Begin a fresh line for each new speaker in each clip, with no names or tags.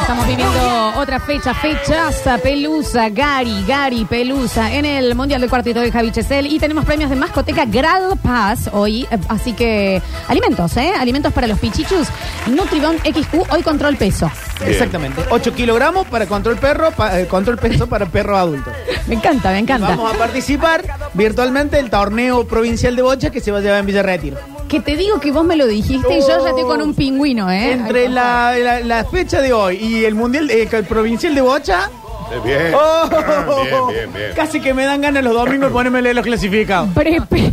Estamos viviendo otra fecha, fechaza, Pelusa, Gary, Gary, Pelusa, en el Mundial del Cuartito de Javi Chesel. Y tenemos premios de mascoteca Grad Pass hoy. eh, Así que alimentos, ¿eh? Alimentos para los pichichus. Nutribón XQ, hoy control peso.
Bien.
Exactamente. 8 kilogramos para control perro, pa- eh, control peso para perro adulto.
Me encanta, me encanta.
Vamos a participar virtualmente del torneo provincial de bocha que se va a llevar en Villa Retiro.
Que te digo que vos me lo dijiste y yo ya estoy con un pingüino, ¿eh?
Entre
Ay,
la, la- la fecha de hoy y el mundial eh, el provincial de bocha,
Eh, Bien.
¡oh!
Bien, Ah, bien, bien.
casi que me dan ganas los domingos de ponerme a leer los clasificados.
Prepe.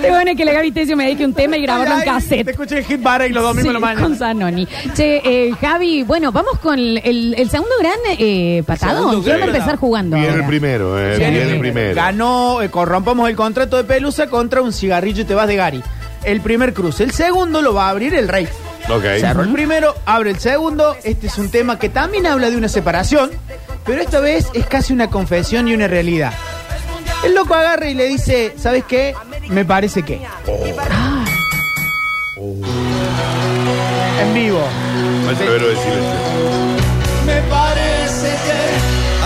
Qué bueno que la Gaby Tesio me dedique un tema y grabarlo en
Ay, ay,
cassette.
Te escuché el hit para y los domingos
Sí,
lo
con
mandan.
Zanoni. Che, eh, Javi, bueno, vamos con el, el- el segundo gran eh, patadón.
segundo
¿Quién va a
gran-
empezar jugando
Viene el
ahora?
primero, eh.
Bien,
Viene el
bien.
primero.
Ganó, eh, corrompamos el contrato de Pelusa contra un cigarrillo y te vas de Gary. El primer cruce. El segundo lo va a abrir el rey.
Ok.
Cerró el primero, abre el segundo. Este es un tema que también habla de una separación, pero esta vez es casi una confesión y una realidad. El loco agarra y le dice, ¿sabes qué? Me parece que.
Oh.
Ah. En vivo.
Maestro héroe de silencio.
Me parece que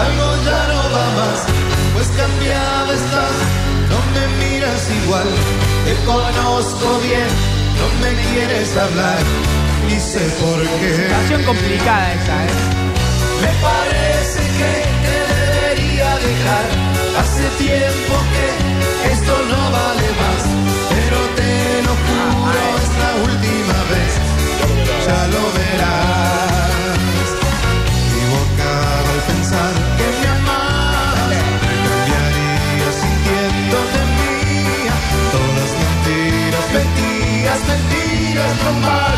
algo ya no va más, pues cambiada estás, no me miras igual, te conozco bien, no me quieres hablar, ni sé por qué.
Canción complicada esa, ¿eh?
Me parece que te debería dejar, hace tiempo que esto no vale más, pero te lo juro es la última vez, ya lo verás. Equivocaba al pensar que me amabas, cambiaría sintiéndote mía, todas mentiras, mentiras, mentiras, no más.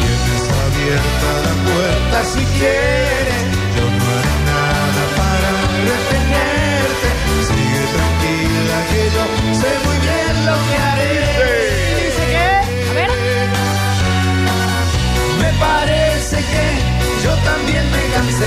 Tienes abierta la puerta si quieres. Yo no haré nada para retenerte. Sigue tranquila que yo sé muy bien lo que haré. Dice que
A ver,
me parece que yo también me cansé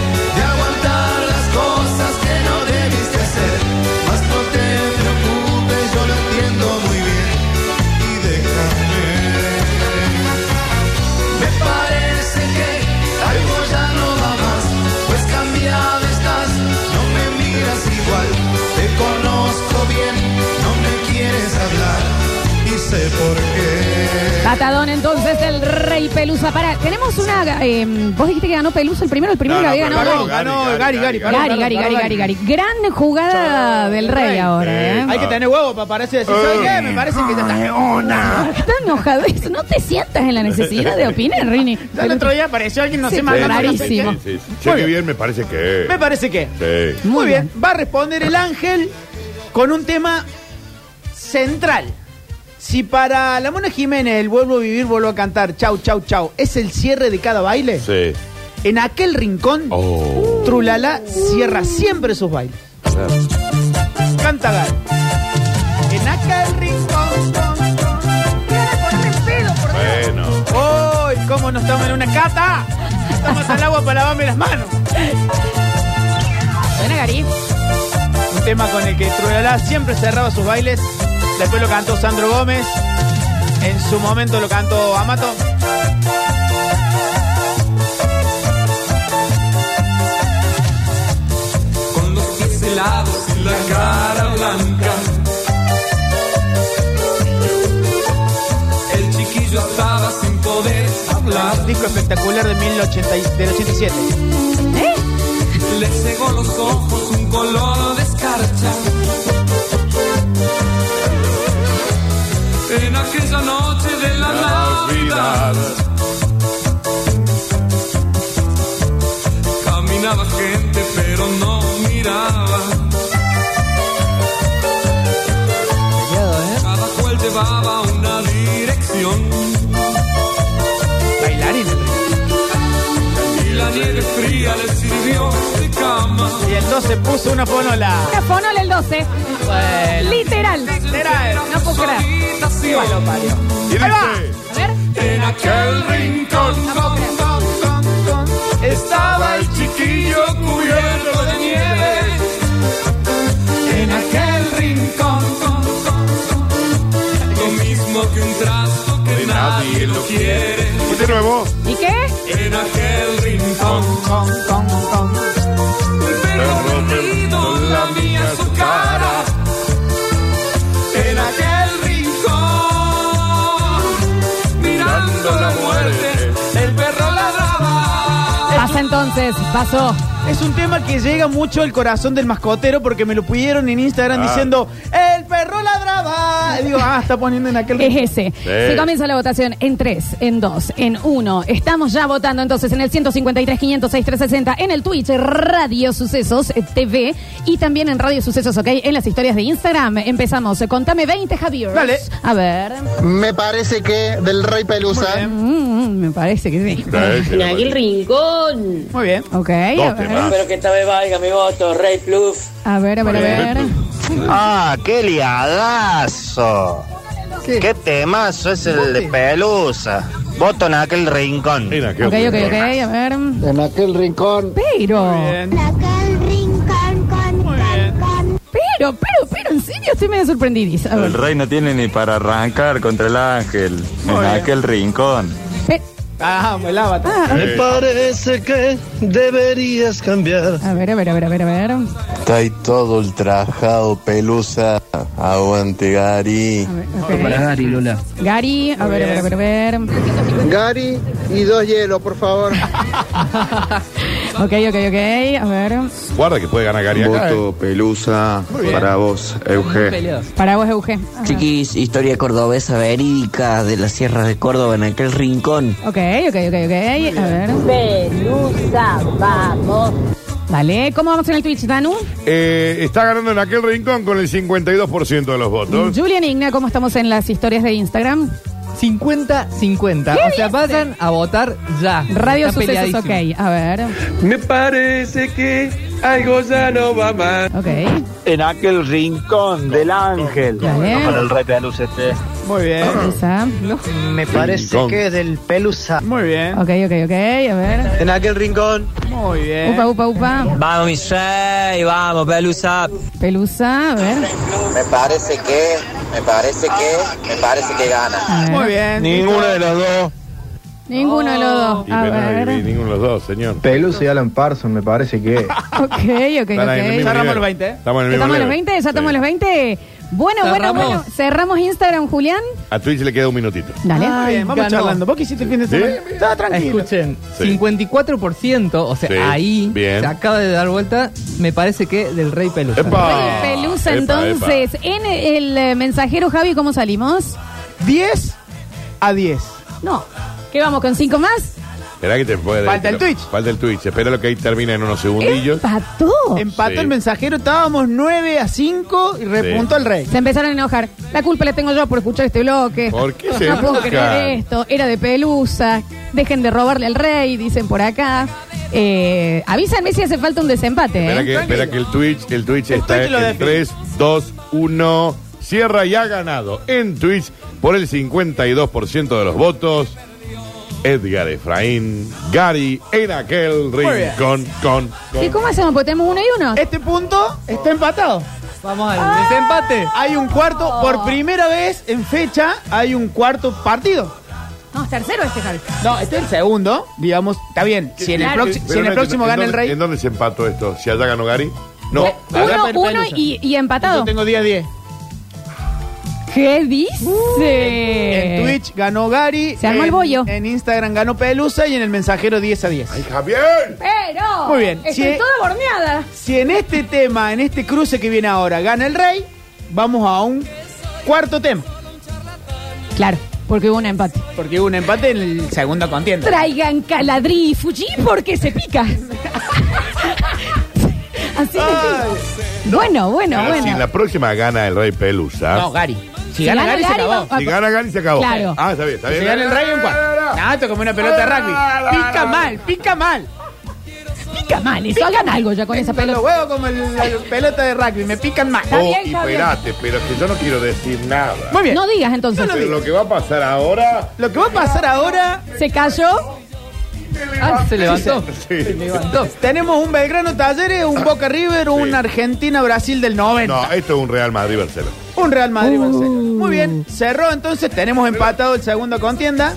de aguantar las cosas que no debiste hacer. Mas no te preocupes, yo lo entiendo muy bien. Y déjame. Me parece que algo ya no va más, pues cambiada estás, no me miras igual, te conozco bien, no me quieres hablar y sé por qué.
patadón entonces del Rey Pelusa. Para, tenemos una. eh, vos dijiste que ganó Pelusa el primero, el primero
No,
que había
no,
ganado.
pero
Gary.
ganó Gary, Gary, Gary,
ganó,
Gary, Gary, Gary, Gary, Gary. Gran jugada del Rey ahora, ¿eh?
Hay que tener huevo para pararse y decir, ¿sabes qué? Me parece que ya está.
Está enojado eso. No te sientas en la necesidad de opinar, Rini.
Ya El otro día apareció alguien, no
Sí,
sé,
pero
mandando no sé qué.
rarísimo.
Sí, sí. Che, qué bien me parece que.
Me parece que.
Sí.
Muy
Muy
bien. Va a responder el ángel con un tema central. Si para la Mona Jiménez el vuelvo a vivir, vuelvo a cantar, chau, chau, chau, es el cierre de cada baile,
Sí.
en aquel rincón,
Oh.
Trulala cierra siempre sus bailes. Canta Gal. En aquel rincón. con- con-
Bueno.
¡Ay, cómo no estamos en una cata! Estamos al agua para lavarme las manos.
Buena, Gary.
Un tema con el que Trulalá siempre cerraba sus bailes. Después lo cantó Sandro Gómez. En su momento lo cantó Amato.
con los pies helados y la cara blanca. El chiquillo estaba sin poder hablar,
Disco espectacular de 1980 del 87.
le cegó los ojos un color de escarcha. En aquella noche de la Navidad caminaba gente pero no miraba. Cada cual llevaba una dirección
Bailarín.
y la nieve fría le sirvió de cama.
Y entonces puso una ponola.
Una fonola el 12. Literal.
Era
No puedo creer.
Habitación
Y dice.
A ver.
en aquel rincón con- estaba el chiquillo cubierto de nieve. En aquel rincón con- con- con- lo mismo que un trasto que
de nadie lo
quiere.
Y de nuevo.
¿Y qué?
En aquel rincón, pero rendido lamía su cara. En aquel rincón, mirando la muerte, el perro ladraba.
Pasa entonces, pasó.
Es un tema que llega mucho al corazón del mascotero porque me lo pidieron en Instagram
Ah.
diciendo ¡El perro ladraba! Y digo, ah, está poniendo en aquel...
Es ese. Se comienza la votación en 3, en 2, en 1. Estamos ya votando entonces en el 153, 506, 360, en el Twitch, Radio Sucesos eh, TV y también en Radio Sucesos, ¿ok? En las historias de Instagram. Empezamos. eh, Contame 20, Javier.
Dale.
A ver.
Me parece que del Rey Pelusa.
Mm, mm, me parece que sí.
En aquel rincón.
Muy bien.
Ok. A
Dos
ver.
temas.
Espero que esta vez valga mi voto, Rey Plus.
A ver, a ver, a ver.
Ah, qué liadazo.
Sí.
Qué temazo es el de Pelusa. Voto en aquel rincón.
Mira, qué
Ok, ok, ok.
bueno.
A ver.
En aquel rincón.
Pero,
Muy bien.
pero, pero, pero, en serio estoy medio sorprendidiza. A ver.
El rey no tiene ni para arrancar contra el ángel en
Muy bien.
aquel rincón.
Eh,
Ah, el avatar.
ah,
Me
parece que deberías cambiar.
a ver, a ver, a ver, a ver, a ver.
Está ahí todo ultrajado, pelusa. Aguante, Gary.
A ver, ok. Gary, a ver, a ver, a ver, a ver.
Gary y dos hielos, por favor.
Ok, ok, ok. A ver.
Guarda que puede ganar Gary acá. eh.
Voto pelusa para vos, Euge.
Para vos, Euge. Ajá.
Chiquis, historia cordobesa verídica de las sierras de Córdoba en aquel rincón.
Ok, ok, ok, ok. A ver.
Pelusa, vamos.
Dale, ¿cómo vamos en el Twitch, Danu?
Eh, está ganando en aquel rincón con el 52% de los votos.
Julian Igna, ¿cómo estamos en las historias de Instagram?
50-50. O sea, vayan a votar ya.
Radio
Está
Sucesos,
peleadísimo.
ok. A ver.
Me parece que algo ya no va más.
Ok.
En aquel rincón del ángel.
Dale.
Para el rey Pelusa este.
Muy bien.
Esa.
Me
parece Rincón. que
del Pelusa.
Muy bien.
Ok, ok, ok. A ver.
En aquel rincón.
Muy bien.
Upa, upa, upa.
Vamos, mi rey, vamos, Pelusa.
Pelusa, a ver.
Me parece que, me parece que, me parece que gana.
A ver.
Muy bien.
Ninguna de las dos.
Ninguno de los dos.
Y
A
pero no
ver.
viví ninguno de los dos, señor.
Pelusa y Alan Parson, me parece que.
Ok, ok,
Están ahí en el mismo
ok.
Cerramos
nivel.
los 20, ¿eh?
Estamos en el mismo
¿Estamos a los
nivel.
20? ¿Ya estamos a
Sí.
los 20? Bueno, bueno,
Cerramos.
bueno. Cerramos Instagram, Julián.
A Twitch le queda un minutito.
Dale.
Muy bien, vamos
Ganó.
charlando. ¿Vos qué hiciste el fin de semana?
Sí.
Estaba tranquilo.
Escuchen,
Sí.
54%, o sea,
Sí,
ahí
bien.
se acaba de dar vuelta, me parece que del rey Pelusa.
¡Epa!
Rey Pelusa,
Ah, Epa,
entonces.
epa.
En el eh, mensajero, Javi, ¿cómo salimos?
10 a 10.
No. ¿Qué vamos con cinco más?
Esperá que te puede.
Falta el
te lo-
Twitch. eh,
Falta el Twitch. Espera lo que ahí termina en unos segundillos.
Empató.
Empató
Sí.
el mensajero, estábamos 9 a 5 y repuntó
Sí.
al rey.
Se empezaron a enojar. La culpa la tengo yo por escuchar este bloque.
¿Por qué se
No puedo
enojan?
creer esto. Era de pelusa. Dejen de robarle al rey, dicen por acá. Eh, avísanme si hace falta un desempate.
Espera
¿eh?
que, espera que el Twitch, el Twitch
El
está
Twitch lo
en
define.
3, 2, 1. Cierra y ha ganado en Twitch por el 52% de los votos. Edgar Efraín, Gary en aquel
bien.
rincón. Con, con.
¿Y cómo hacemos? Porque tenemos uno y uno.
Eh.
Este punto está empatado.
Vamos al desempate.
Hay un cuarto,
Oh.
por primera vez en fecha, hay un cuarto partido.
No, es tercero este, Javi.
No, este es el segundo, digamos, está bien. Si en el,
Pero
proxi- si en el
no
próximo
entiendo,
gana
¿en
el
dónde- ¿En
rey,
dónde se empató esto? ¿Si allá ganó Gary? No.
Eh,
Agarra el
Uno, uno
Pelusa.
y, y empatado.
yo tengo día 10.
¿Qué dice?
En Twitch ganó Gary.
Eh. Se armó el
en-
bollo.
En Instagram ganó Pelusa y en el mensajero 10 a 10.
¡Ay, Javier!
Pero.
Muy bien.
Estoy
Si-
toda borneada.
Si en este tema, en este cruce que viene ahora, gana el rey, vamos a un cuarto tema.
Claro, porque hubo un empate.
Porque hubo un empate en el segundo contienda.
Traigan caladrí y fuji porque se pica. Así de
Ay.
simple. Bueno, bueno,
Ahora, Ah, Si
bueno.
en la próxima gana el Rey Pelusa.
No, Gary. Si,
Si
gana, Gary, se acabó.
va-
Si gana Ah. Gary se acabó.
Claro.
Ah, está bien, está
Si
bien.
gana el rey, un cuarto. No, esto es como una pelota de rugby. Pica mal, pica mal.
pica mal eso. Hagan algo ya con esa
Los
pelota.
huevos como el- la pelota de rugby, me pican mal.
Está
Oh,
bien,
y
está bien.
esperate, pero que yo no quiero decir nada.
Muy bien.
No digas entonces.
Pero lo que va a pasar ahora.
Lo que va a pasar ahora,
Se cayó.
Ah, se levantó.
Sí.
Levantó.
tenemos un Belgrano Talleres, un Boca River, un
Sí.
Argentina Brasil del 90.
No, esto es un Real Madrid Barcelona.
Un Un Real Madrid Barcelona. Muy bien, cerró entonces, tenemos empatado el segundo contienda.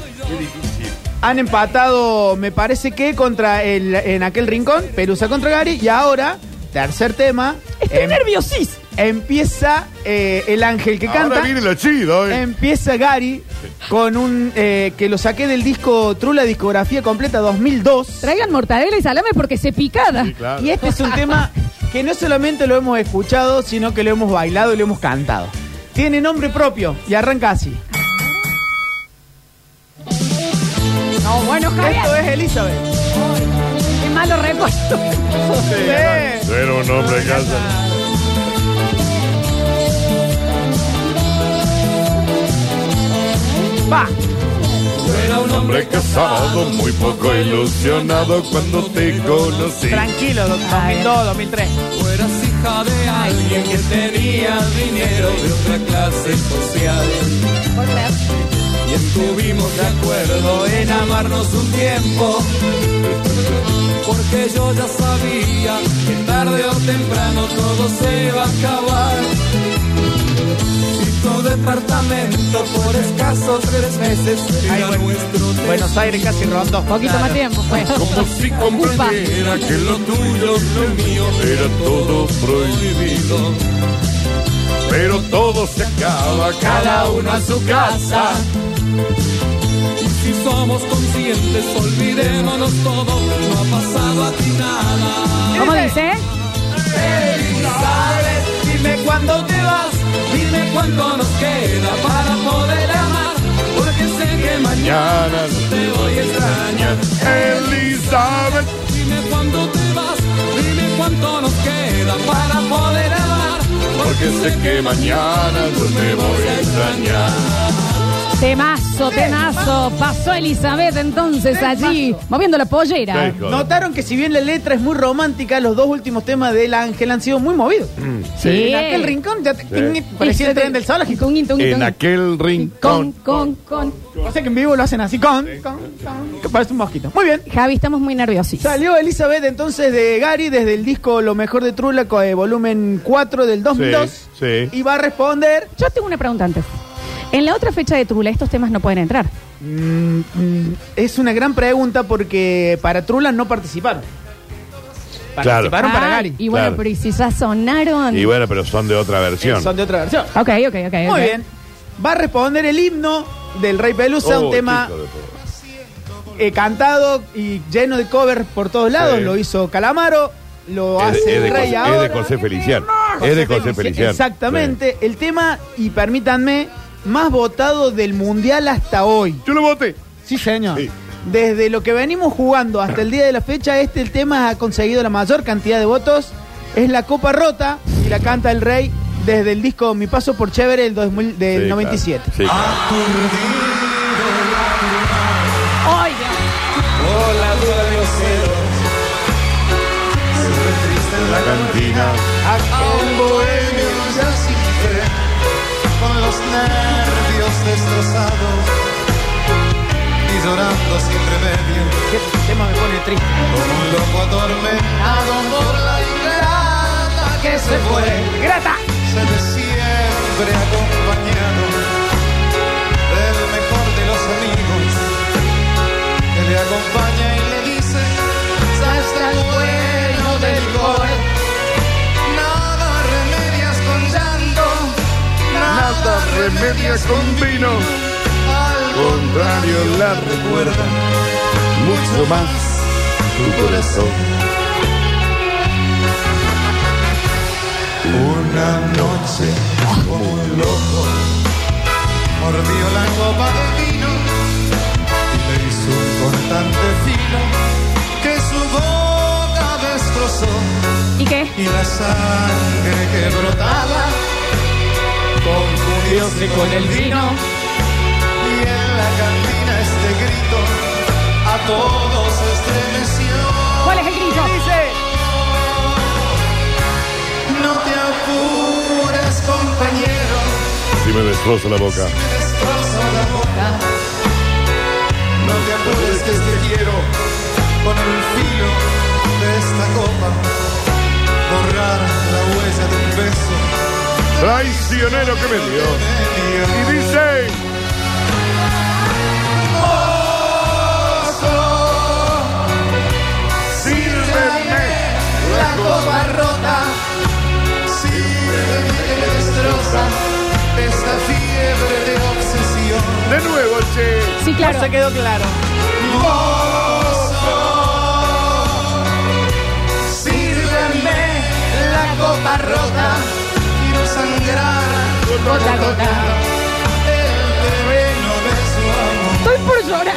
Han empatado, me parece que contra el en aquel rincón, Pelusa contra Gary. Y ahora, tercer tema. Estoy nerviosís. Empieza eh, el ángel que
Ahora
canta.
viene lo chido, eh.
Empieza Gary con un eh, que lo saqué del disco Trula Discografía Completa 2002.
Traigan mortadela y salame porque se picada.
Y este es un tema que no solamente lo hemos escuchado, sino que lo hemos bailado y lo hemos cantado. Tiene nombre propio y arranca así.
No, bueno, Javier.
Esto es Elizabeth.
Qué malo recuerdo.
Sí.
Yo era un hombre de casa.
Va.
Era un hombre casado, muy poco ilusionado cuando te conocí.
Tranquilo, do- 2002, 2003.
Fueras hija de alguien que tenía dinero de otra clase social. Y estuvimos de acuerdo en amarnos un tiempo. Porque yo ya sabía que tarde o temprano todo se iba a acabar. Y tu departamento por escasos tres meses era nuestro
Buenos Aires casi rondo.
Poquito más tiempo pues. fue.
Como si comprendiera que lo tuyo, lo mío, era todo prohibido. Pero todo se acaba,
cada uno a su casa. Y si somos conscientes, olvidémonos todo, no ha pasado a ti nada.
¿Cómo dice?
Elizabeth, dime cuándo te vas, dime cuánto nos queda para poder amar, porque sé que mañana
Mañana
te voy a extrañar.
Elizabeth,
Dime cuándo te vas, dime cuánto nos queda para poder amar,
porque sé que mañana yo te voy a extrañar.
Temazo, temazo. Pasó Elizabeth entonces allí, moviendo la pollera.
Sí, joder.
Notaron que si bien la letra es muy romántica, los dos últimos temas del Ángel han sido muy movidos.
Sí.
En aquel rincón ya te-
Mm. Sí.
parecía el tren del sol.
Tungui, tungui,
En
tungui.
aquel
Con,
rincón.
con, con.
O sea que en vivo lo hacen así, con, con, con, que parece un mosquito. Muy bien.
Javi, estamos muy nerviosos.
Salió Elizabeth entonces de Gary desde el disco Lo mejor de Trula, co- eh, volumen 4 del 2002.
sí.
Y va a responder.
Yo tengo una pregunta antes. En la otra fecha de Trula, estos temas no pueden entrar.
mm, mm, es una gran pregunta porque para Trula no participaron.
Claro.
Participaron para
Ah,
Gary.
Y bueno,
Claro.
pero ¿y si ya sonaron?
Y bueno, pero son de otra
Eh,
versión.
Son de otra versión.
Ok, ok, ok.
Muy
ok.
bien. Va a responder el himno del Rey Pelusa,
Oh,
un tema
chico de todo.
eh, cantado y lleno de covers por todos lados.
Sí.
Lo hizo Calamaro, lo
Es,
hace
de- es de
el Rey
José- es
ahora.
de José Feliciano. Es de José Feliciano.
Exactamente. El tema, y permítanme, más votado del Mundial hasta hoy.
Sí. Yo lo voté.
Sí, señor.
Sí.
Desde lo que venimos jugando hasta el día de la fecha, este el tema ha conseguido la mayor cantidad de votos. Es la Copa Rota y la canta el Rey desde el disco Mi Paso por Chévere del, 2000 del
Sí,
97.
claro. Sí, claro.
Ay, Dios.
La cantina.
A un bohemio ya cifré, con los nervios destrozados y llorando sin remedio,
¿Qué tema me pone triste?
como un loco atormentado por la ingrata que se fue.
¡Grata!
se ve siempre acompañado del mejor de los amigos que le acompaña y le dice ya está bueno de licor nada remedias con llanto nada remedias con vino al contrario la recuerda mucho más tu corazón Una noche, como un loco, mordió la copa de vino y le hizo un cortante filo que su boca destrozó
¿Y qué?
y la sangre que brotaba confundióse con el vino y en la cantina este grito a todos estremeció.
¿Cuál es el grito?
No te apures, compañero.
Si me destrozo la boca.
Me destrozo la boca. No te apures, que te quiero. Con el filo de esta copa, borrar la huella de un beso
Traicionero que me dio. Y dice.
Sírveme la copa rota, sírveme que destroza esta fiebre de obsesión.
De nuevo, che.
Sí, claro.
Se quedó claro.
Mozo, sírveme la copa rota, quiero sangrar gota a gota el terreno de su amor.
Estoy por llorar.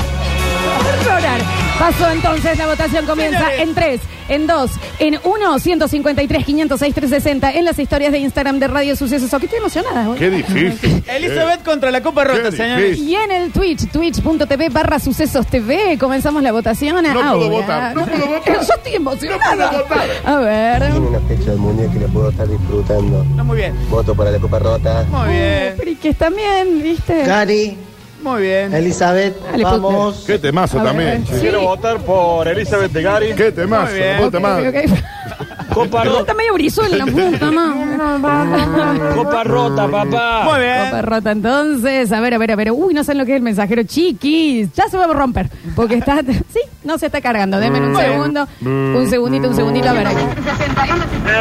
Por llorar. Pasó entonces, la votación comienza en 3, en 2, en 1, 153, 506, 360, en las historias de Instagram de Radio Sucesos. Oh, que estoy emocionada.
Qué difícil.
Elizabeth contra la Copa Rota,
Eh, Qué
señores.
difícil.
Y en el Twitch, twitch.tv barra sucesos TV, comenzamos la votación
puedo
ahora.
votar, no puedo votar.
Yo estoy emocionada.
No puedo votar.
A ver.
Tiene una fecha del mundial que la puedo estar disfrutando.
No, muy bien.
Voto para la Copa Rota.
Muy bien.
Friques también, ¿viste?
Gary,
Muy bien.
Elizabeth,
Dale,
vamos.
Qué temazo
A ver,
también.
sí.
che.
Quiero
votar por Elizabeth de Gary.
Qué temazo.
Muy bien.
vos
Ok,
temazo.
ok.
Copa,
Está medio brizuela la puta, mamá.
rota, papá.
Muy bien.
Copa rota entonces. A ver, a ver, a ver. Uy, no saben lo que es el mensajero, chiquis. Ya se va a romper. Porque está. Sí, no se está cargando. Denme
Mm.
un segundo. Un segundito, un segundito. A ver aquí.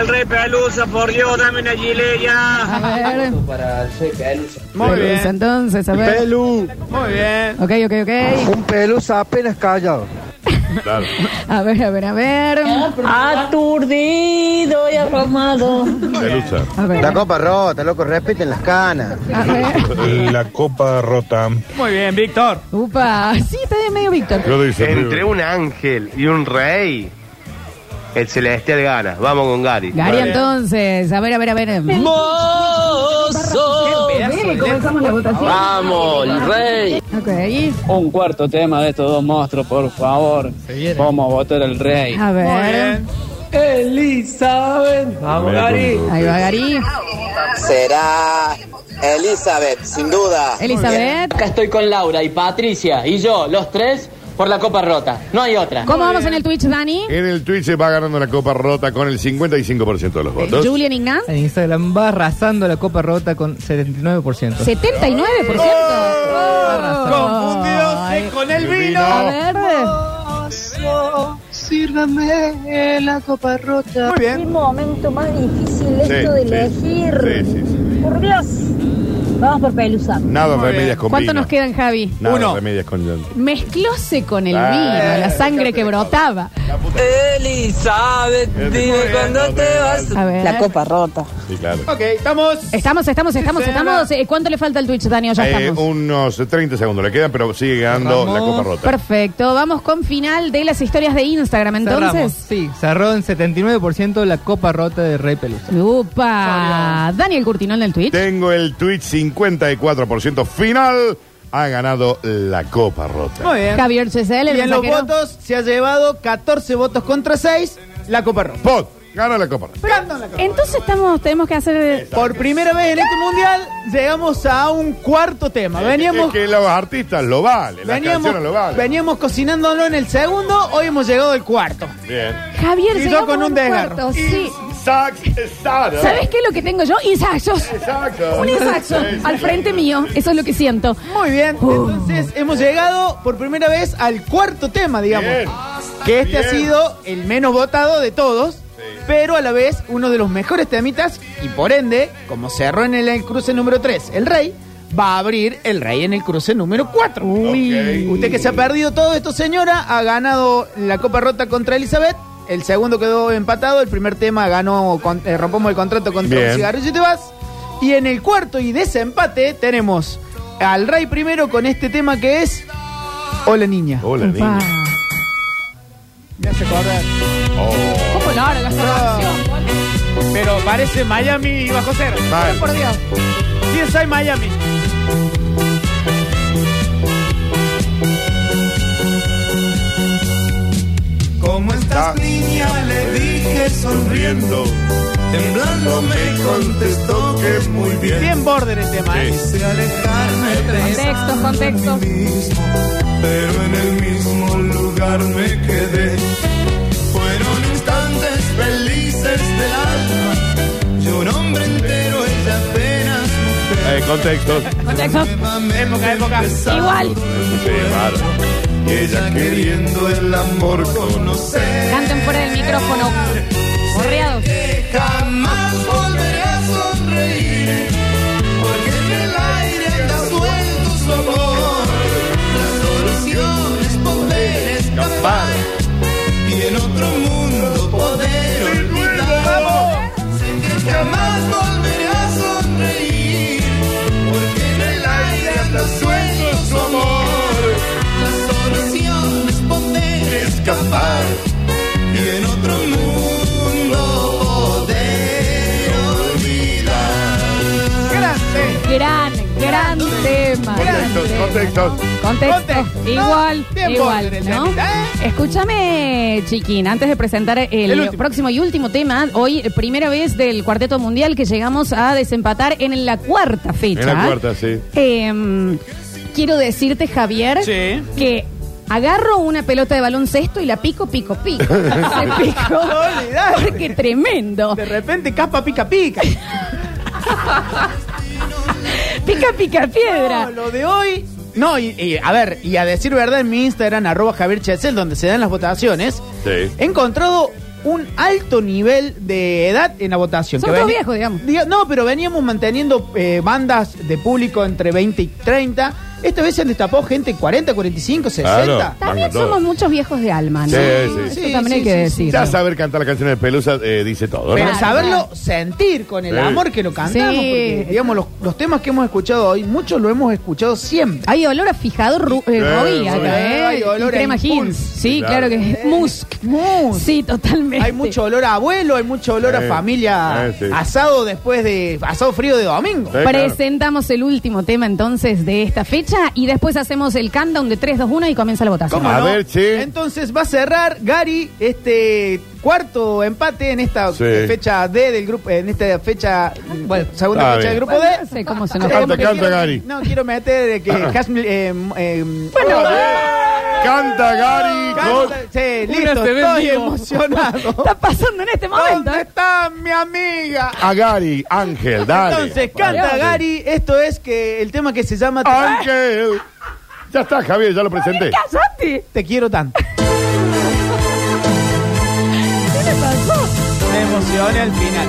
El rey Pelusa, por Dios, dame una gileya.
A ver.
Muy
Pelusa,
bien.
Entonces, a ver.
Pelu,
Muy bien.
Ok, ok, ok.
un pelusa apenas callado.
Claro.
A ver, a ver, a ver.
Aturdido y abrumado.
Pelusa.
A ver.
La Copa Rota, loco, respeten las canas.
A ver.
La copa rota.
Muy bien, Víctor.
Upa. Sí, está de medio Víctor.
Yo dice.
Entre un ángel y un rey, el celestial gana. Vamos con Gary.
Gary, entonces. A ver, a ver, a ver.
Qué pedazo de letra.
Comenzamos la votación.
Vamos, el rey.
Ok. A
Un cuarto tema de estos dos monstruos, por favor. Vamos a votar al rey.
Muy
ver.
bien.
Elizabeth. Vamos, Gary.
Ahí va Gary.
Será Elizabeth, sin duda.
Elizabeth.
Acá estoy con Laura y Patricia y yo, los tres, por la copa rota. No hay otra.
¿Cómo vamos en el Twitch, Dani?
En el Twitch se va ganando la copa rota con el 55% de los votos.
Julian Ignan.
En Instagram va arrasando la copa rota con 79%.
79%.
Confundidos con el
A
vino.
ver.
Sírvame la copa rota.
Muy bien.
momento más difícil
Sí,
esto de
sí.
elegir.
Sí, sí, sí.
Por Dios. Vamos por Pelusa.
Nada
Muy
remedias
bien.
con
¿Cuánto
vino.
nos quedan, Javi?
Nada
Uno.
remedias con llanto.
Mezclóse con el
Ah,
vino, la
eh,
sangre que brotaba.
Elizabeth,
dime cuándo te vas.
A ver.
rota.
Sí, claro.
Ok, estamos.
Estamos, estamos, estamos,
Sí, señora.
estamos. Eh, ¿Cuánto le falta al Twitch, Dani? O Ya
Eh,
estamos.
unos 30 segundos le quedan, pero sigue ganando la
Vamos.
copa rota.
Perfecto. Vamos con final de las historias de Instagram,
Cerramos.
entonces.
Sí, cerró en 79% la copa rota de Rey Pelusa.
Upa. Daniel Curtinón del Twitch.
Tengo el Twitch 54% final. Ha ganado la copa rota.
Muy bien.
Javier Chesel, el
Y en los
mensajero.
votos se ha llevado 14 votos contra 6 la Copa Roja.
Pot, gana la copa rota.
Entonces estamos, tenemos que hacer. eh,
Por primera vez en este mundial llegamos a un cuarto tema. Veníamos,
Es que los artistas lo valen, las
veníamos,
canciones lo valen.
veníamos cocinándolo en el segundo, hoy hemos llegado al cuarto.
Bien.
Javier,
Y yo
llegamos
con
a
un desgarro.
cuarto, Sí.
Sax, Sara.
¿Sabes qué es lo que tengo yo? Insayos.
Exacto.
Un insaxo
Sí, sí,
al
sí.
frente mío. Eso es lo que siento.
Muy bien,
Uh.
entonces hemos llegado por primera vez al cuarto tema, digamos.
Bien.
Que este
Bien.
ha sido el menos votado de todos, pero a la vez uno de los mejores temitas y por ende, como cerró en el cruce número 3, el rey, va a abrir el rey en el cruce número 4.
Uy.
Usted que se ha perdido todo esto, señora, ha ganado la Copa Rota contra Elizabeth. El segundo quedó empatado, el primer tema ganó, con- eh, rompamos el contrato contra
Bien.
un cigarrillo y te vas. Y en el cuarto y desempate tenemos al Rey primero con este tema que es Hola Niña.
Hola,
Upa.
niña.
Me hace acordar.
Oh.
¿Cómo larga esa
Ah.
canción?
Pero parece Miami y bajo cero.
Mal.
Por Dios.
CSI Miami.
¿Cómo
Ah.
estás, niña? Le dije sonriendo. Temblando me contestó que muy bien.
Bien border el tema. ¿eh?
Sí.
Quise alejarme
Contexto,
pensando
contexto.
en mí mismo, Pero en el mismo lugar me quedé Fueron instantes felices del alma Y un hombre entero ella
eh, contextos.
Contextos.
Época, época.
Igual.
Sí, claro. Y ella queriendo el amor conocer.
Canten fuera del micrófono. Correados.
Jamás volveré a sonreír, porque en el aire anda suelto su amor. Las soluciones poder escapar y en otro mundo poder olvidar. Sé que jamás volveré a sonreír, porque en el aire anda suelto su amor. Las soluciones poder escapar y en otro mundo poder olvidar.
Grande.
Gran, gran tema.
Contextos, contextos.
Contexto.
Contexto.
Igual,
Bien
igual,
vos,
¿no?
Teresita,
Escúchame, chiquín, antes de presentar el,
El último.
próximo y último tema, hoy eh, primera vez del Cuarteto Mundial que llegamos a desempatar en la cuarta fecha.
En la cuarta, sí.
Em, quiero decirte, Javier,
Sí.
que agarro una pelota de baloncesto y la pico, pico, pico. Se picó.
Olvidate.
Porque tremendo.
De repente capa pica pica.
Pica, pica, piedra.
No, lo de hoy. No, y, y, a ver, y a decir verdad en mi Instagram, arroba Javier Chesel, donde se dan las votaciones,
Sí.
he encontrado un alto nivel de edad en la votación.
Son
que
todos
veni-
viejos, digamos.
Diga- no, pero veníamos manteniendo eh, bandas de público entre 20 y 30. Esta vez se han destapado gente 40, 45, 60.
Claro.
También
Van con todo.
somos muchos viejos de alma, ¿no?
Sí,
Eso
sí. Sí,
también hay
sí,
que
sí,
decir.
Ya saber cantar las canciones de Pelusa eh, dice todo, ¿no?
Pero
Claro,
saberlo
claro.
sentir con el
Sí.
amor que lo cantamos,
Sí.
porque, digamos, los, los temas que hemos escuchado hoy, muchos lo hemos escuchado siempre.
Hay olor a fijado ru- eh,
Sí,
Robi
sí.
acá, ¿eh?
Hay olor
Y
a
crema
impulso.
Hills. Sí,
Sí,
claro,
claro.
que es. Musk.
Mus.
Sí, totalmente.
Hay mucho olor a abuelo, hay mucho olor
Sí,
a familia
sí, sí.
asado después de asado frío de domingo.
Sí, claro.
Presentamos el último tema entonces de esta fecha y después hacemos el countdown de 3, 2, 1 y comienza la votación.
¿Cómo
A
no?
ver, che.
Entonces va a cerrar Gary este cuarto empate en esta
Sí.
eh, fecha D del grupo, en esta fecha, bueno, segunda
está
fecha
bien.
del grupo
Bueno,
D.
no sé cómo se nos-
Eh,
Canta,
porque
canta,
quiero-
Gary.
No, quiero meter eh, que Hasmil- eh, eh,
Canta Gary con...
canta- sí, listo,
se ve en
estoy
vivo.
emocionado.
Está pasando en este momento.
¿Dónde
¿eh?
está mi amiga?
A Gary, Ángel, dale.
Entonces canta
Dale.
Gary, esto es que el tema que se llama Te-
Ángel. Ya está, Javier, ya lo presenté.
¡Cállate!
Te quiero tanto.
¿Qué le pasó?
Me emocioné al final.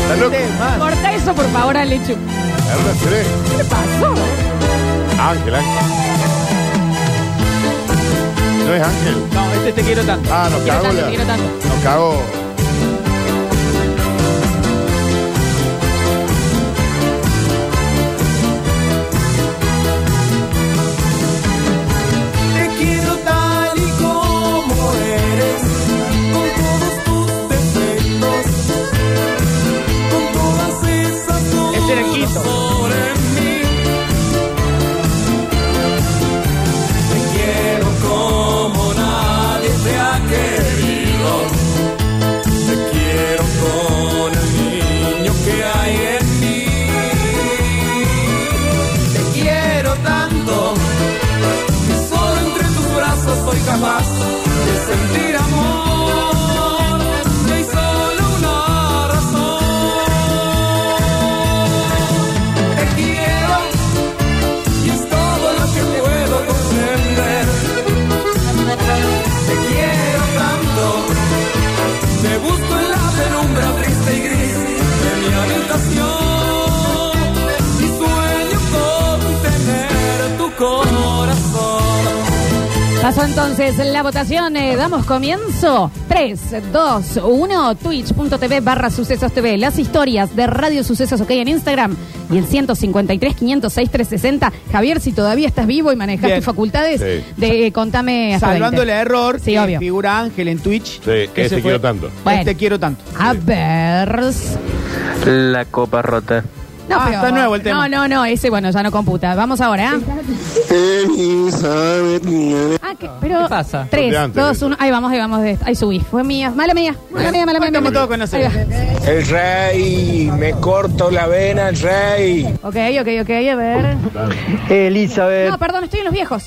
Está loco.
Tema.
Corta eso, por favor, Alechu.
Ahora seré.
¿Qué le pasó?
Ángel, Ángel. No es Ángel.
No, este te quiero tanto.
Ah, nos
Quiero
cagó.
tanto,
la-
quiero tanto.
Nos cagó.
Te quiero tal y como eres, con todos tus defectos, con todas esas
Ese Este era el
dudas
quinto.
sobre mí. Te quiero como nadie te ha querido, te quiero con el niño que hay en mí. Te quiero tanto. Que solo entre tus brazos soy capaz de sentir amor. Y hay solo una razón. Te quiero y es todo lo que puedo comprender. Te quiero tanto. Te busco en la penumbra triste y gris de mi habitación. Y sueño con tener tu corazón.
Pasó entonces la votación, eh, damos comienzo. 3, 2, 1, twitch.tv barra sucesos TV. Las historias de Radio Sucesos OK en Instagram y el 153 506 360. Javier, si todavía estás vivo y manejas
Bien.
tus facultades,
Sí.
de eh, contame hasta
Salvando el
20.
error,
Sí,
que
obvio.
figura Ángel en Twitch.
Sí,
que
ese
se
quiero
fue.
tanto.
Bueno.
Este quiero tanto.
A ver.
La copa rota.
No,
Ah,
pero-
está nuevo el tema.
No, no, no, ese bueno, ya no computa. Vamos ahora. ¿eh? Ah, que- pero
¿Qué pasa?
De
3,
antes,
2,
de
1. Ahí vamos, ahí vamos. de- Ahí subí. Fue mía. Mala mía. Mala mía, mala mía.
Estamos todos con
Ahí
nosotros.
va.
El rey, me corto la vena, el rey.
Ok, ok, ok, a ver.
Elizabeth.
No, perdón, estoy en los viejos.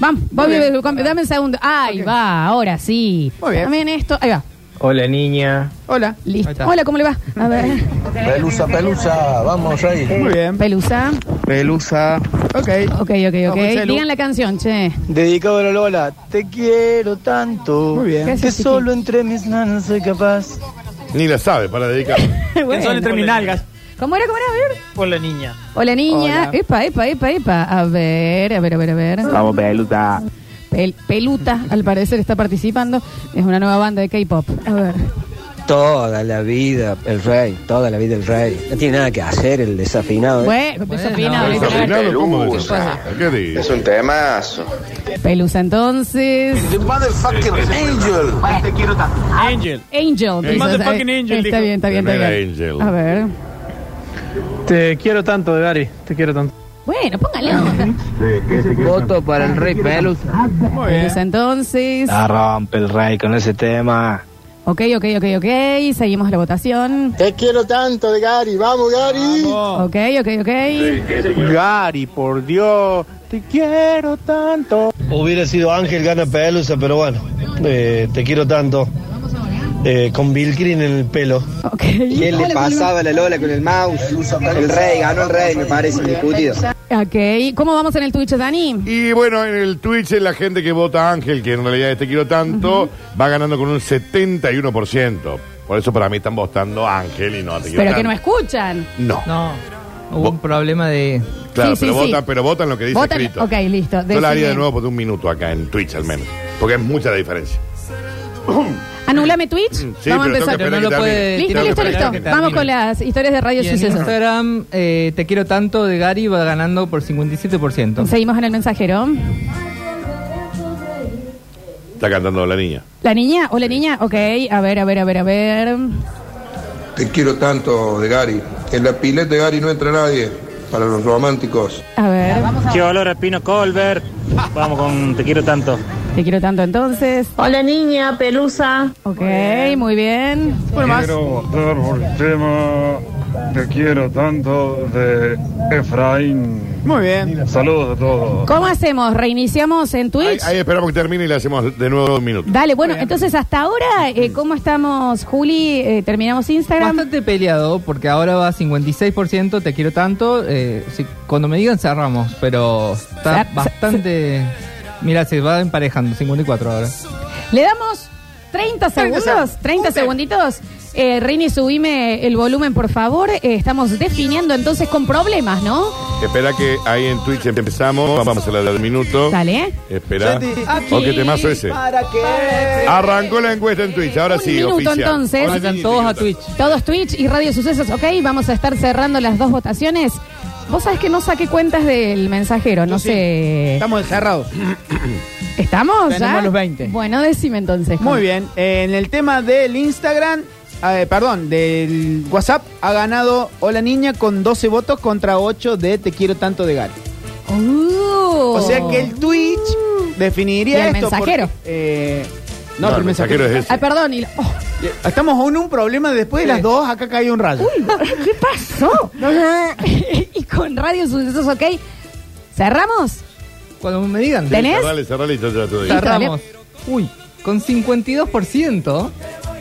Vamos, Bobby, dame un segundo. Ahí va, ahora sí.
Muy bien.
También esto, ahí va.
Hola niña.
Hola. Listo.
Ahí está.
Hola, ¿cómo le va? A ver.
Pelusa, pelusa, vamos ahí.
Muy bien. Pelusa.
Pelusa.
Ok. Ok, ok, ok. Digan la canción, che.
Dedicado a la Lola, te quiero tanto.
Muy bien. ¿Qué
Que
haces, chiqui?
solo entre mis manos soy capaz.
Ni la sabe para dedicar.
Bueno. ¿Cómo era, cómo era? A ver.
Por la niña.
Hola, niña. Epa, epa, epa, epa. A ver, a ver, a ver, a ver.
Vamos, pelusa.
Pel- Peluta, al parecer, está participando. Es una nueva banda de K-pop. A ver.
Toda la vida el rey, toda la vida el rey. No tiene nada que hacer el desafinado. ¿eh?
Bueno, desafinado,
Bueno,
desafinado.
desafinado, ¿cómo
¿Qué
desafinado?
pasa?
Es un temazo.
Pelusa, entonces.
Motherfucking angel.
Te quiero tanto. Angel.
Angel.
El
dice,
motherfucking
eh,
angel,
Está
dijo.
bien, está bien, está
Primera
bien.
angel.
A ver.
Te quiero tanto, Gary. Te quiero tanto.
Bueno, póngale. onda.
Voto para el rey Pelus.
Pelusa, entonces.
La rompe el rey con ese tema.
Ok, ok, ok, ok. Seguimos la votación. Te quiero tanto de Gary. Vamos, Gary. Ok, ok, ok.
Gary, por Dios, te quiero tanto.
Hubiera sido Ángel gana Pelusa, pero bueno, eh, te quiero tanto. Eh, con Vilcrin en el pelo.
¿Y
él le pasaba la Lola con el mouse? El rey, ganó el rey, me parece discutido.
Ok. ¿Cómo vamos en el Twitch, Dani?
Y bueno, en el Twitch la gente que vota Ángel, que en realidad este quiero tanto, va ganando con un 71%. Por eso para mí están votando Ángel y no a te quiero
Pero que no
tanto.
escuchan.
No.
No, hubo un problema de...
Claro,
Sí,
pero,
sí,
votan,
sí.
pero votan lo que dice
Votan-
escrito.
Ok, listo.
Yo la haría
Decime.
de nuevo por un minuto acá en Twitch al menos. Porque es mucha la diferencia.
Anulame Twitch.
Sí,
vamos a
pero tengo que
empezar.
esperar Pero no que lo termine. puede-
listo,
tengo que
listo,
esperar
listo.
que termine.
Vamos con las historias de Radio
Y en
Sucesos.
Instagram, eh, te quiero tanto de Gary va ganando por 57%.
Seguimos en el mensajero.
Está cantando la niña.
¿La niña? ¿Hola, niña? Ok, a ver, a ver, a ver, a ver.
Te quiero tanto de Gary. En la pileta de Gary no entra nadie. Para los románticos.
A ver.
Qué olor a Pino Colbert. Vamos con Te quiero tanto.
Te quiero tanto entonces. Hola, niña, pelusa. Ok, muy bien.
Quiero votar por el tema Te quiero tanto de Efraín. Muy bien. Saludos a todos.
¿Cómo hacemos? ¿Reiniciamos en Twitch?
Ahí esperamos que termine y le hacemos de nuevo un minuto.
Dale, bueno, entonces hasta ahora, eh, ¿cómo estamos, Juli? Eh, ¿Terminamos Instagram?
Bastante peleado porque ahora va 56%, te quiero tanto. eh, si- cuando me digan cerramos, pero está bastante... Mira, se va emparejando, 54 ahora.
Le damos 30 segundos, 30 segunditos. Eh, Rini, subime el volumen, por favor. Eh, estamos definiendo entonces con problemas, ¿no?
Espera que ahí en Twitch empezamos. Vamos a la del minuto.
Dale.
Espera.
Aquí,
¿O qué temazo ese?
Ah.
Arrancó la encuesta en Twitch. Ahora sí,
Minuto
oficial.
entonces.
Ahora sí, te quiero tanto.
Todos Twitch y Radio Sucesos, ok. Vamos a estar cerrando las dos votaciones. Vos sabés que no saqué cuentas del mensajero, no sé.
Estamos encerrados.
¿Estamos?
Tenemos
ya?
los 20.
Bueno, decime entonces.
Muy bien. eh, en el tema del Instagram, eh, perdón, del WhatsApp, ha ganado Hola Niña con 12 votos contra 8 de Te quiero tanto de Gary.
Uh.
O sea que
Oh.
el Twitch definiría
Y el
esto porque,
mensajero.
eh, no,
No,
pero
el
el mensajero
mensajero es este. ese.
Ay, perdón. y la- oh,
Estamos aún en un problema de después de las 2, acá cae un rayo.
¿Qué pasó? y con Radio Sucesos, ok. ¿Cerramos?
Cuando me digan.
¿Tenés?
Cerrale, cerrale y ya te digo.
Cerramos. Uy, con 52%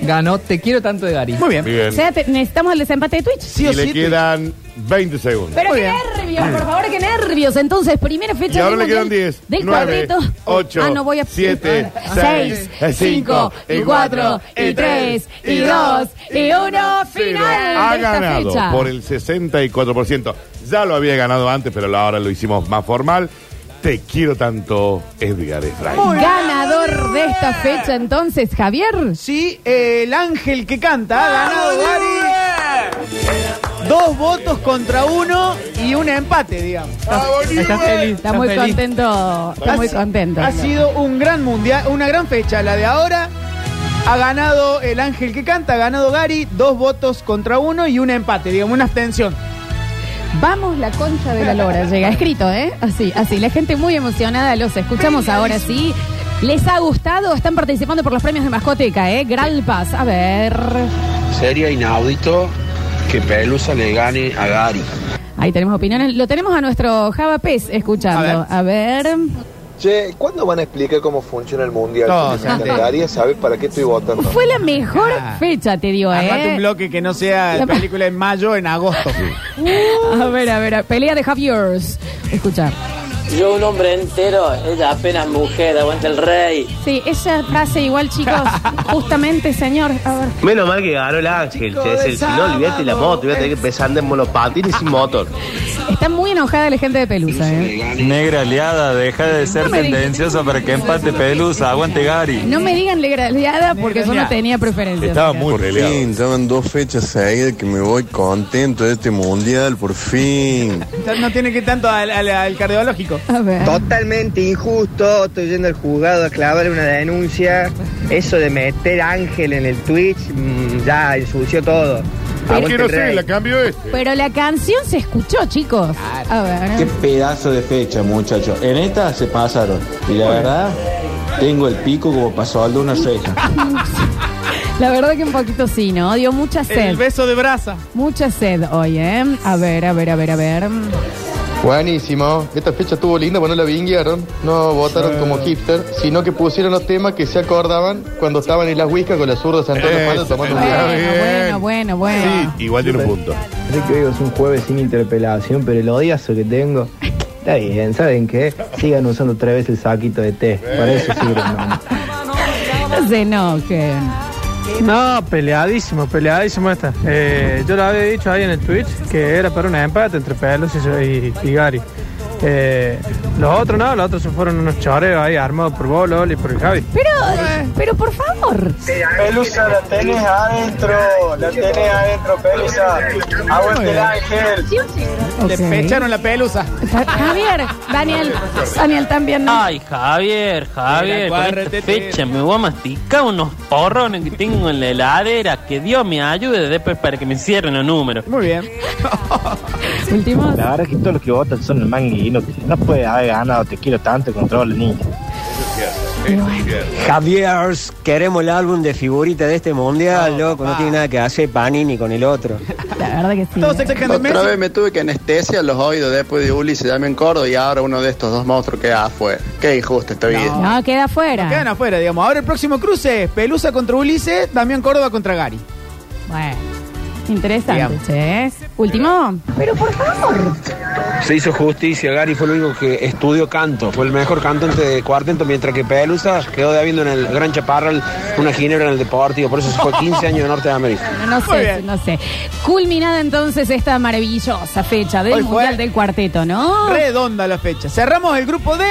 ganó Te quiero tanto de Gary.
Muy
O sea, te- necesitamos el desempate de Twitch.
y le quedan 20 segundos.
Pero qué nervios, por favor, qué nervios. Entonces, primera fecha
Y ahora
del
le quedan
Mundial
10,
Del
9,
cuadrito.
8,
Ah, no voy a...
7,
6,
6,
5,
5,
y 4, y 3, y 2, y 1. Final
Ha
de esta
ganado
fecha.
por el 64%. Ya lo había ganado antes, pero ahora lo hicimos más formal. Te quiero tanto, Edgar Efraín.
Ganador de esta fecha, entonces, Javier.
Sí, el ángel que canta ha
Ah,
ganado Gary. Dos votos contra uno y un empate, digamos.
Está, muy contento. Está muy contento.
Ha sido un gran mundial, una gran fecha la de ahora. Ha ganado el ángel que canta, ha ganado Gary, dos votos contra uno y un empate, digamos, una abstención.
Vamos la concha de la lora, llega escrito, ¿eh? Así, así. La gente muy emocionada, los escuchamos ahora, sí. ¿Les ha gustado? Están participando por los premios de mascoteca, ¿eh? Gralpas, a ver.
Sería inaudito que Pelusa le gane a Gary.
Ahí tenemos opiniones. Lo tenemos a nuestro Java Pez escuchando. A ver.
Che, ¿cuándo van a explicar cómo funciona el mundial?
No,
Porque me
Santi.
encantaría saber para qué estoy votando.
Fue la mejor
Ah.
fecha, te digo,
Armate un
¿eh?
bloque que no sea
La-
película en mayo, en agosto.
Uh, A ver, a ver, a- pelea de Javier's. Escuchar.
Yo un hombre entero, ella apenas mujer, aguanta el rey.
Sí, esa frase igual, chicos. Justamente, señor. A ver.
Menos mal que ganó el ángel, che, es el- si no, olvídate la moto, voy a tener que empezar a andar en monopatín y sin motor.
Está muy enojada la gente de Pelusa, ¿eh?
Negra aliada, deja de ser
No me digas.
tendenciosa para que empate Pelusa, aguante Gary.
No me digan legraleada porque yo no tenía preferencia.
por fin, ya van dos fechas seguidas que me voy contento de este mundial, por fin.
No tiene que ir tanto al, al- al cardiológico.
Totalmente injusto, estoy yendo al juzgado a clavarle una denuncia. Eso de meter Ángel en el Twitch mm, ya ensució todo. Aguante el rey.
cambió este.
Pero la canción se escuchó, chicos. A ver.
Qué pedazo de fecha, muchachos. En esta se pasaron. Y la verdad, tengo el pico como pasó al de una reja.
La verdad que un poquito sí, ¿no? Dio mucha sed.
El beso de brasa.
Mucha sed hoy, ¿eh? A ver, a ver, a ver, a ver.
Buenísimo. Esta fecha estuvo linda, bueno, la vinguearon. No votaron como hipster, sino que pusieron los temas que se acordaban cuando estaban en las whiskas con la zurda de Santiago Palo tomando un
Bueno,
café.
bueno, bueno, bueno.
Igual tiene un punto.
Sé que hoy es un jueves sin interpelación, pero el odiazo que tengo. Está bien, ¿saben qué? Sigan usando tres veces el saquito de té. Para eso sirve, mamá.
No se enojen.
No, peleadísimo, peleadísimo esta. Eh, yo lo había dicho ahí en el Twitch que era para un empate entre Pelos y, y- y Gary. Eh, los otros no, los otros se fueron unos choreos ahí armados por vos, Loli, por el Javi.
Pero, pero por favor.
Pelusa, la tenés adentro, la tenés adentro, Pelusa. Aguante el ángel.
Le pecharon la pelusa.
Ja- Javier, Daniel, Daniel también. ¿no?
Ah,
Ay, Javier, Javier,
Mira,
con esta
cuárrete,
fecha me voy a masticar unos porrones que tengo en la heladera. Que Dios me ayude después para que me cierren los números.
Muy bien.
Último.
La verdad es que todos los que votan son el manguino. que No puede haber ganado, te quiero tanto, control, niño.
Javier, queremos el álbum de figuritas de este mundial, loco. No tiene nada que hacer Panini con el otro.
La verdad que sí. ¿eh?
Otra vez me tuve que anestesia los oídos después de Ulises, ya me encordo y ahora uno de estos dos monstruos queda afuera. Qué injusto esta vida.
No, queda afuera.
Quedan afuera, digamos. Ahora el próximo cruce es Pelusa contra Ulises, Damián Córdoba contra Gary.
Bueno, interesante, che. Último. Pero por favor.
Se hizo justicia, Gary fue el único que estudió canto, fue el mejor cantante de cuarteto, mientras que Pelusa quedó debiendo en el Gran Chaparral una ginebra en el Deportivo, por eso se fue 15 años de Norte de América.
Bueno, no
Muy
sé, no sé. Culminada entonces esta maravillosa fecha del
Hoy fue
Mundial del Cuarteto,
Ah.
¿no?
Redonda la fecha. Cerramos el grupo D.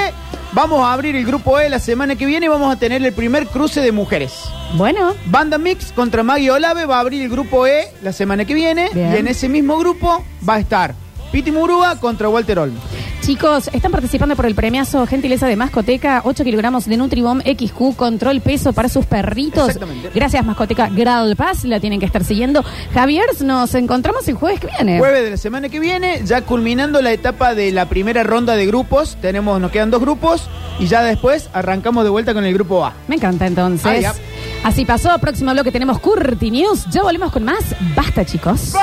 Vamos a abrir el grupo E la semana que viene y vamos a tener el primer cruce de mujeres.
Bueno.
Banda Mix contra Maggie Olave va a abrir el grupo E la semana que viene.
Bien.
Y en ese mismo grupo va a estar Piti Murúa contra Walter Olmo.
Chicos, están participando por el premiazo Gentileza de Mascoteca, 8 kilogramos de Nutribom XQ, control peso para sus perritos.
Exactamente.
Gracias, Mascoteca Gral Paz, la tienen que estar siguiendo. Javier, nos encontramos el jueves que viene.
Jueves de la semana que viene, ya culminando la etapa de la primera ronda de grupos. Tenemos, nos quedan dos grupos y ya después arrancamos de vuelta con el grupo A.
Me encanta entonces.
Ah, ya.
Así pasó, próximo bloque tenemos Curti News. Ya volvemos con más. Basta, chicos.